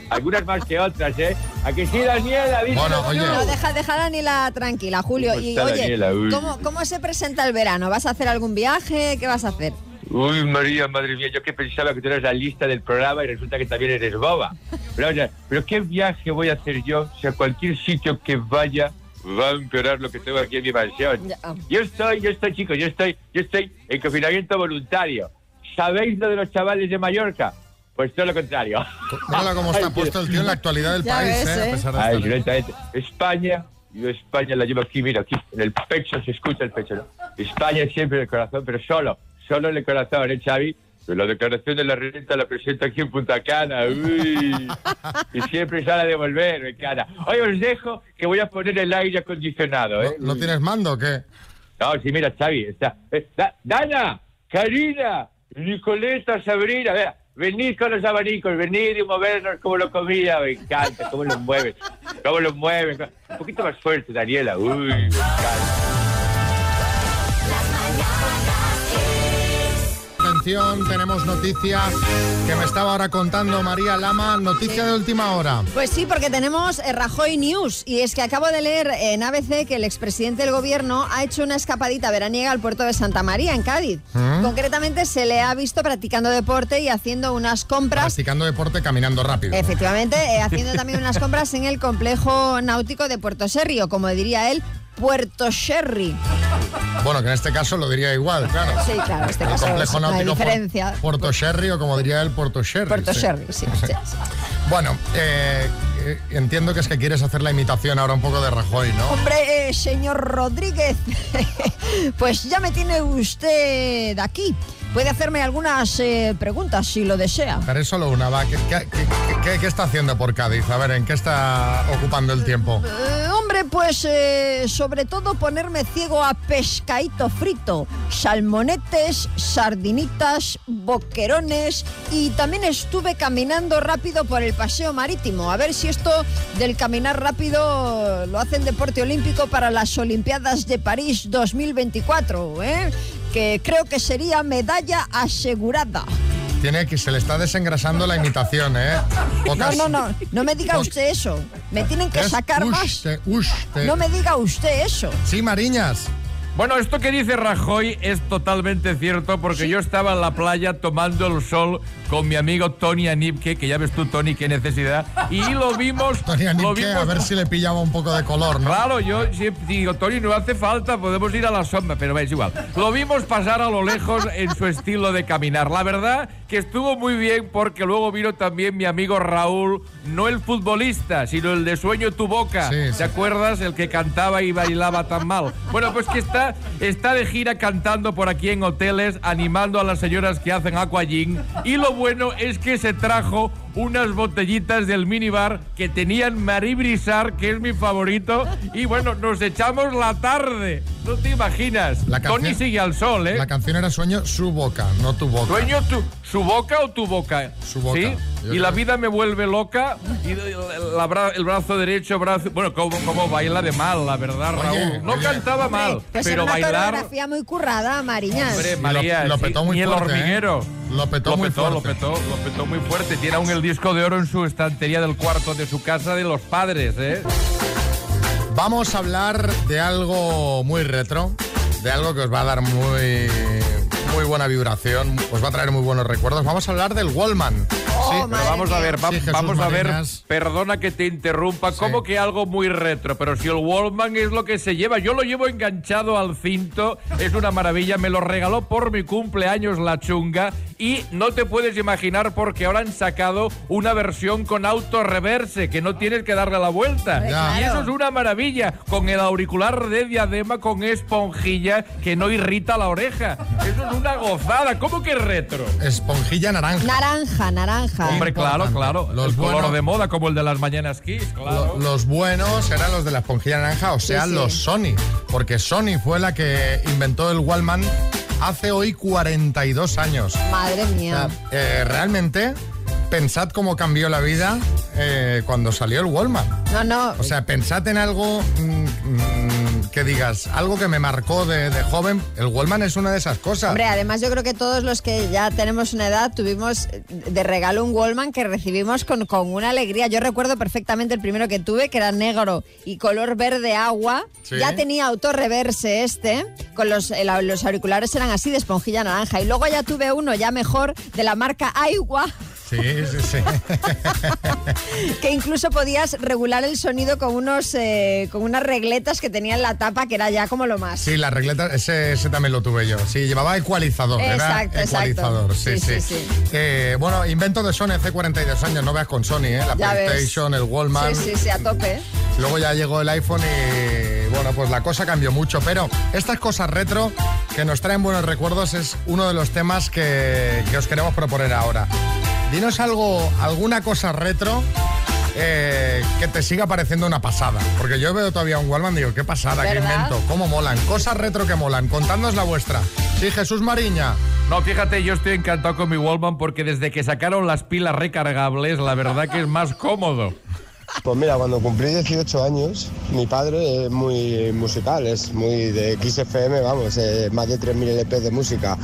Speaker 20: Algunas más que otras, ¿eh? ¿A que sí, Daniela? Dice
Speaker 2: Bueno,
Speaker 20: Daniela.
Speaker 3: No, deja, deja a Daniela tranquila, Julio.
Speaker 20: ¿Cómo
Speaker 3: Y
Speaker 20: está
Speaker 3: oye,
Speaker 20: Daniela? Uy.
Speaker 3: ¿cómo, cómo se presenta el verano? ¿Vas a hacer algún viaje? ¿Qué vas a hacer?
Speaker 20: Uy, María, madre mía, yo que pensaba que tú eras la lista del programa y resulta que también eres boba. Pero, oye, ¿pero qué viaje voy a hacer yo si a cualquier sitio que vaya va a empeorar lo que tengo aquí en mi mansión?
Speaker 3: ah.
Speaker 20: Yo estoy, yo estoy, chicos, yo estoy, yo estoy en confinamiento voluntario. ¿Sabéis lo de los chavales de Mallorca? Pues todo lo contrario.
Speaker 2: Mírala cómo está puesto el tío en la actualidad del país, ¿eh? A pesar
Speaker 3: Ah,
Speaker 2: de
Speaker 20: Ay,
Speaker 2: estar-
Speaker 20: Ah, directamente. España, yo España la llevo aquí, mira, aquí en el pecho, se escucha el pecho, ¿no? España siempre en el corazón, pero solo, solo en el corazón, ¿eh, Xavi? Pero la declaración de la renta la presento aquí en Punta Cana, uy. Y siempre sale a devolver, me encanta. Oye, os dejo que voy a poner el aire acondicionado, ¿eh?
Speaker 2: ¿No tienes mando o qué?
Speaker 20: No, Ah, sí, mira, Xavi, está. eh, Da- Dana, Karina, Nicoleta, Sabrina, vea, venid con los abanicos, venid y movernos como lo comía, me encanta, cómo los mueves, cómo los mueves. Un poquito más fuerte, Daniela, uy, me encanta.
Speaker 2: información, tenemos noticias que me estaba ahora contando María Lama, noticia de última hora.
Speaker 3: Pues sí, porque tenemos eh, Rajoy News y es que acabo de leer en ABC que el expresidente del gobierno ha hecho una escapadita veraniega al puerto de Santa María, en Cádiz.
Speaker 2: ¿Mm?
Speaker 3: Concretamente se le ha visto practicando deporte y haciendo unas compras
Speaker 2: Practicando deporte caminando rápido.
Speaker 3: Efectivamente, eh, haciendo también unas compras en el complejo náutico de Puerto Sherry, o como diría él, Puerto Sherry.
Speaker 2: Bueno, que en este caso lo diría igual, claro.
Speaker 3: Sí, claro, en este
Speaker 2: El
Speaker 3: caso
Speaker 2: complejo
Speaker 3: es- no hay
Speaker 2: náutico Puer-
Speaker 3: diferencia.
Speaker 2: Puerto Sherry o como diría él, Puerto Sherry.
Speaker 3: Puerto
Speaker 2: sí.
Speaker 3: Sherry, sí. sí, sí.
Speaker 2: Bueno, eh, eh, entiendo que es que quieres hacer la imitación ahora un poco de Rajoy, ¿no?
Speaker 3: Hombre, eh, señor Rodríguez, pues ya me tiene usted aquí. Puede hacerme algunas eh, preguntas si lo desea.
Speaker 2: Pero es solo una, va. ¿Qué, qué, qué- qué- qué está haciendo por Cádiz? A ver, ¿en qué está ocupando el tiempo?
Speaker 3: Eh, hombre, pues eh, sobre todo ponerme ciego a pescadito frito, salmonetes, sardinitas, boquerones y también estuve caminando rápido por el paseo marítimo. A ver si esto del caminar rápido lo hacen deporte olímpico para las Olimpiadas de París 2024, ¿eh? que creo que sería medalla asegurada.
Speaker 2: Tiene que se le está desengrasando la imitación, ¿eh?
Speaker 3: No,
Speaker 2: Pocas-
Speaker 3: no, no, no me diga
Speaker 2: Poc-
Speaker 3: usted eso. Me tienen que
Speaker 2: Es
Speaker 3: sacar
Speaker 2: ush,
Speaker 3: más.
Speaker 2: te- ush, te-
Speaker 3: No me diga usted eso.
Speaker 2: Sí, Mariñas.
Speaker 19: Bueno, esto que dice Rajoy es totalmente cierto porque yo estaba en la playa tomando el sol con mi amigo Tony Anipke, que ya ves tú, Tony, qué necesidad, y lo vimos...
Speaker 2: Tony
Speaker 19: lo
Speaker 2: Anique, a
Speaker 19: vimos
Speaker 2: ver si le pillaba un poco de color, ¿no?
Speaker 19: Claro, yo siempre digo, Tony, no hace falta, podemos ir a la sombra, pero es igual. Lo vimos pasar a lo lejos en su estilo de caminar. La verdad que estuvo muy bien porque luego vino también mi amigo Raúl, no el futbolista, sino el de Sueño tu boca. ¿Te acuerdas? El que cantaba y bailaba tan mal. Bueno, pues que está, está de gira cantando por aquí en hoteles, animando a las señoras que hacen aquagym. Y lo bueno es que se trajo unas botellitas del minibar que tenían Marie Brizar, que es mi favorito, y bueno, nos echamos la tarde. No te imaginas. Tony sigue al sol, ¿eh?
Speaker 2: La canción era Sueño su boca, no tu boca.
Speaker 19: ¿Sueño tu, su boca o tu boca? Su
Speaker 2: boca.
Speaker 19: ¿Sí?
Speaker 2: Yo
Speaker 19: Y la
Speaker 2: creo-
Speaker 19: vida me vuelve loca. Y la bra- el brazo derecho, brazo. Bueno, como, como baila de mal, la verdad, Raúl. no cantaba mal,
Speaker 3: Pues era
Speaker 19: pero
Speaker 3: una
Speaker 19: bailar.
Speaker 3: coreografía muy currada, Mariñas.
Speaker 19: Hombre, María,
Speaker 2: lo
Speaker 19: sí,
Speaker 2: petó muy
Speaker 19: ni el
Speaker 2: fuerte, ¿eh?
Speaker 19: hormiguero.
Speaker 2: Lo petó muy
Speaker 19: Lo petó, lo petó muy fuerte. Tiene aún el disco de oro en su estantería del cuarto de su casa de los padres, ¿eh?
Speaker 2: Vamos a hablar de algo muy retro, de algo que os va a dar muy, muy buena vibración, os va a traer muy buenos recuerdos. Vamos a hablar del Wallman.
Speaker 19: Sí, pero vamos a ver, va-
Speaker 2: Sí, Jesús
Speaker 19: vamos
Speaker 2: Marinas.
Speaker 19: a ver, perdona que te interrumpa, como que algo muy retro, pero si el Wallman es lo que se lleva, yo lo llevo enganchado al cinto, es una maravilla, me lo regaló por mi cumpleaños la chunga y no te puedes imaginar porque ahora han sacado una versión con auto reverse, que no tienes que darle la vuelta.
Speaker 2: Ya.
Speaker 19: Y eso es una maravilla, con el auricular de diadema con esponjilla que no irrita la oreja. Eso es una gozada, ¿cómo que retro?
Speaker 2: Esponjilla naranja.
Speaker 3: Naranja, naranja.
Speaker 19: Hombre, claro, claro.
Speaker 2: Los
Speaker 19: el color
Speaker 2: buenos-
Speaker 19: de moda, como el de las mañanas Kiss, claro.
Speaker 2: Lo- Los buenos eran los de la esponjilla naranja, o sea,
Speaker 19: sí.
Speaker 2: los Sony, porque Sony fue la que inventó el Wallman hace hoy 42 años.
Speaker 3: Madre mía.
Speaker 2: Eh, realmente, pensad cómo cambió la vida eh, cuando salió el Wallman.
Speaker 3: No, no.
Speaker 2: O sea, pensad en algo mm, mm, que digas, algo que me marcó de, de joven. El Wallman es una de esas cosas.
Speaker 3: Hombre, además yo creo que todos los que ya tenemos una edad tuvimos eh, de regalo un Wallman que recibimos con, con una alegría. Yo recuerdo perfectamente el primero que tuve, que era negro y color verde agua.
Speaker 21: Sí.
Speaker 3: Ya tenía autorreverse este, con los, el au- los auriculares eran así de esponjilla naranja. Y luego ya tuve uno ya mejor de la marca Aiwa,
Speaker 2: Sí, sí, sí.
Speaker 3: que incluso podías regular el sonido con, unos, eh, con unas regletas que tenía en la tapa, que era ya como lo más.
Speaker 2: Sí, la regleta, ese, ese también lo tuve yo. Sí, llevaba ecualizador.
Speaker 3: Exacto,
Speaker 2: era
Speaker 3: exacto.
Speaker 2: ecualizador. Sí, sí.
Speaker 3: Sí, sí,
Speaker 2: Eh, bueno, invento de Sony hace 42 años, no veas con Sony, ¿eh? La
Speaker 3: Ya ves.
Speaker 2: PlayStation, el Wallman.
Speaker 3: Sí, sí, sí, a tope.
Speaker 2: Luego ya llegó el iPhone y bueno, pues la cosa cambió mucho. Pero estas cosas retro que nos traen buenos recuerdos es uno de los temas que, que os queremos proponer ahora. Dinos algo, alguna cosa retro eh, que te siga pareciendo una pasada. Porque yo veo todavía un Wallman y digo, qué pasada, qué
Speaker 19: ¿Verdad?
Speaker 2: invento, cómo molan. Cosas retro que molan. Contadnos la vuestra. Sí, Jesús Mariña.
Speaker 19: No, fíjate, yo estoy encantado con mi Wallman porque desde que sacaron las pilas recargables, la verdad que es más cómodo.
Speaker 22: Pues mira, cuando cumplí 18 años, mi padre es muy musical, es muy de XFM, vamos, eh, más de 3.000 LP de música.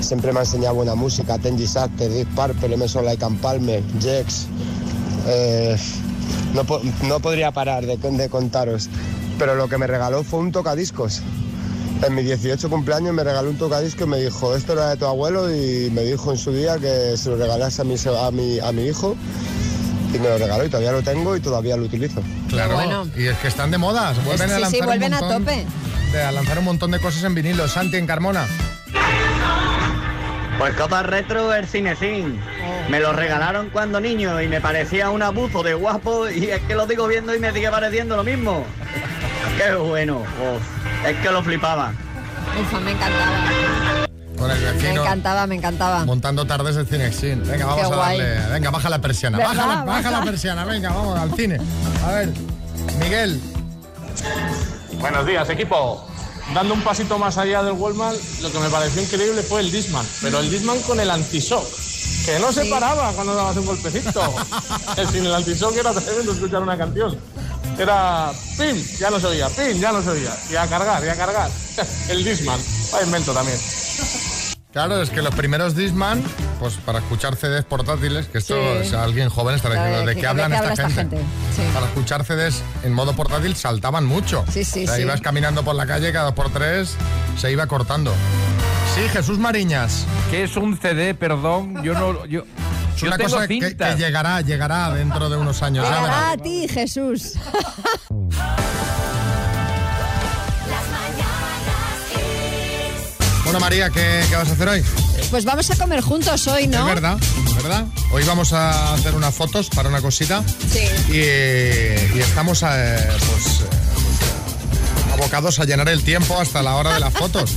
Speaker 22: Siempre me ha enseñado buena música, Ten Disaster, Deep Purple, Emerson Lake and Palmer, Jex. eh, no, po- no podría parar de, de contaros, pero lo que me regaló fue un tocadiscos. En mi 18 cumpleaños me regaló un tocadiscos y me dijo, esto era de tu abuelo y me dijo en su día que se lo regalase a mi, a mi, a mi hijo y me lo regaló y todavía lo tengo y todavía lo utilizo.
Speaker 2: Claro,
Speaker 3: Bueno.
Speaker 2: y es que están de moda, se vuelven
Speaker 3: Sí,
Speaker 2: a
Speaker 3: sí,
Speaker 2: lanzar un
Speaker 3: vuelven a
Speaker 2: montón
Speaker 3: tope.
Speaker 2: de- a lanzar un montón de cosas en vinilo. Santi en Carmona.
Speaker 5: Pues Copa Retro el Cinecin. Me lo regalaron cuando niño y me parecía un abuso de guapo y es que lo digo viendo y me sigue pareciendo lo mismo. Qué bueno. uf, es que lo flipaba.
Speaker 3: Ufa, me encantaba.
Speaker 2: Con el
Speaker 3: Me
Speaker 2: vecino
Speaker 3: encantaba, me encantaba.
Speaker 2: montando tardes de cine. Sí, venga, vamos
Speaker 3: Ah. Qué
Speaker 2: a darle.
Speaker 3: guay.
Speaker 2: Venga, baja la persiana.
Speaker 3: ¿Verdad?
Speaker 2: Baja la, baja la
Speaker 3: Baja.
Speaker 2: persiana, venga, vamos al cine. A ver, Miguel.
Speaker 18: Buenos días, equipo. Dando un pasito más allá del Wallman, lo que me pareció increíble fue el Disman, pero el Disman con el antishock, que no se
Speaker 23: Sí.
Speaker 18: paraba cuando dabas un golpecito. Eh, Sin el antishock era tremendo escuchar una canción. Era pim, ya no se oía, pim, ya no se oía. Y a cargar, y a cargar. El Disman, va invento también.
Speaker 2: Claro, es que los primeros Disman, pues para escuchar CDs portátiles, que esto
Speaker 18: Sí.
Speaker 2: o sea, alguien joven estará
Speaker 3: Claro,
Speaker 2: diciendo, ¿de
Speaker 3: ¿de qué-
Speaker 2: qué
Speaker 3: de
Speaker 2: hablan
Speaker 3: qué
Speaker 2: esta,
Speaker 3: habla esta
Speaker 2: gente?
Speaker 3: gente? Sí.
Speaker 2: Para escuchar CDs en modo portátil saltaban mucho.
Speaker 3: Sí, sí,
Speaker 2: O sea,
Speaker 3: sí.
Speaker 2: Ibas caminando por la calle, cada dos por tres se iba cortando. Sí, Jesús Mariñas.
Speaker 7: ¿Qué es un CD, perdón? Yo no... Yo,
Speaker 2: Es
Speaker 7: yo
Speaker 2: una
Speaker 7: tengo
Speaker 2: cosa que,
Speaker 7: cintas.
Speaker 2: que llegará, llegará dentro de unos años. ya verás.
Speaker 3: Llegará a ti, Jesús.
Speaker 2: Bueno, María, ¿qué, qué vas a hacer hoy?
Speaker 3: Pues vamos a comer juntos hoy, ¿no?
Speaker 2: Es verdad, es verdad. Hoy vamos a hacer unas fotos para una cosita. Y, eh, y estamos eh, pues, eh, pues, eh, abocados a llenar el tiempo hasta la hora de las fotos.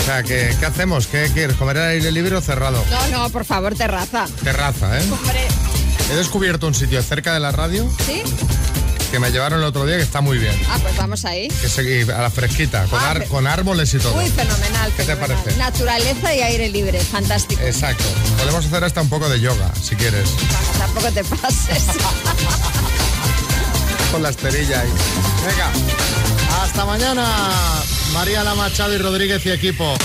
Speaker 2: O sea, ¿qué, qué hacemos? ¿Qué quieres? ¿Comer al aire libre o cerrado?
Speaker 3: No, no, por favor, terraza.
Speaker 2: Terraza, ¿eh?
Speaker 3: Hombre,
Speaker 2: He descubierto un sitio cerca de la radio
Speaker 3: ¿sí?
Speaker 2: que me llevaron el otro día que está muy bien.
Speaker 3: Ah, pues vamos ahí.
Speaker 2: Que se- a la fresquita, con,
Speaker 3: Ah,
Speaker 2: ar-
Speaker 3: fe-
Speaker 2: con árboles y todo.
Speaker 3: Uy, fenomenal.
Speaker 2: ¿Qué te
Speaker 3: fenomenal.
Speaker 2: parece?
Speaker 3: Naturaleza y aire libre, fantástico.
Speaker 2: Exacto. Podemos hacer hasta un poco de yoga, si quieres.
Speaker 3: Tampoco te pases.
Speaker 2: Con la esterilla ahí. Venga. Hasta mañana. María Lama, Xavi Rodríguez y equipo.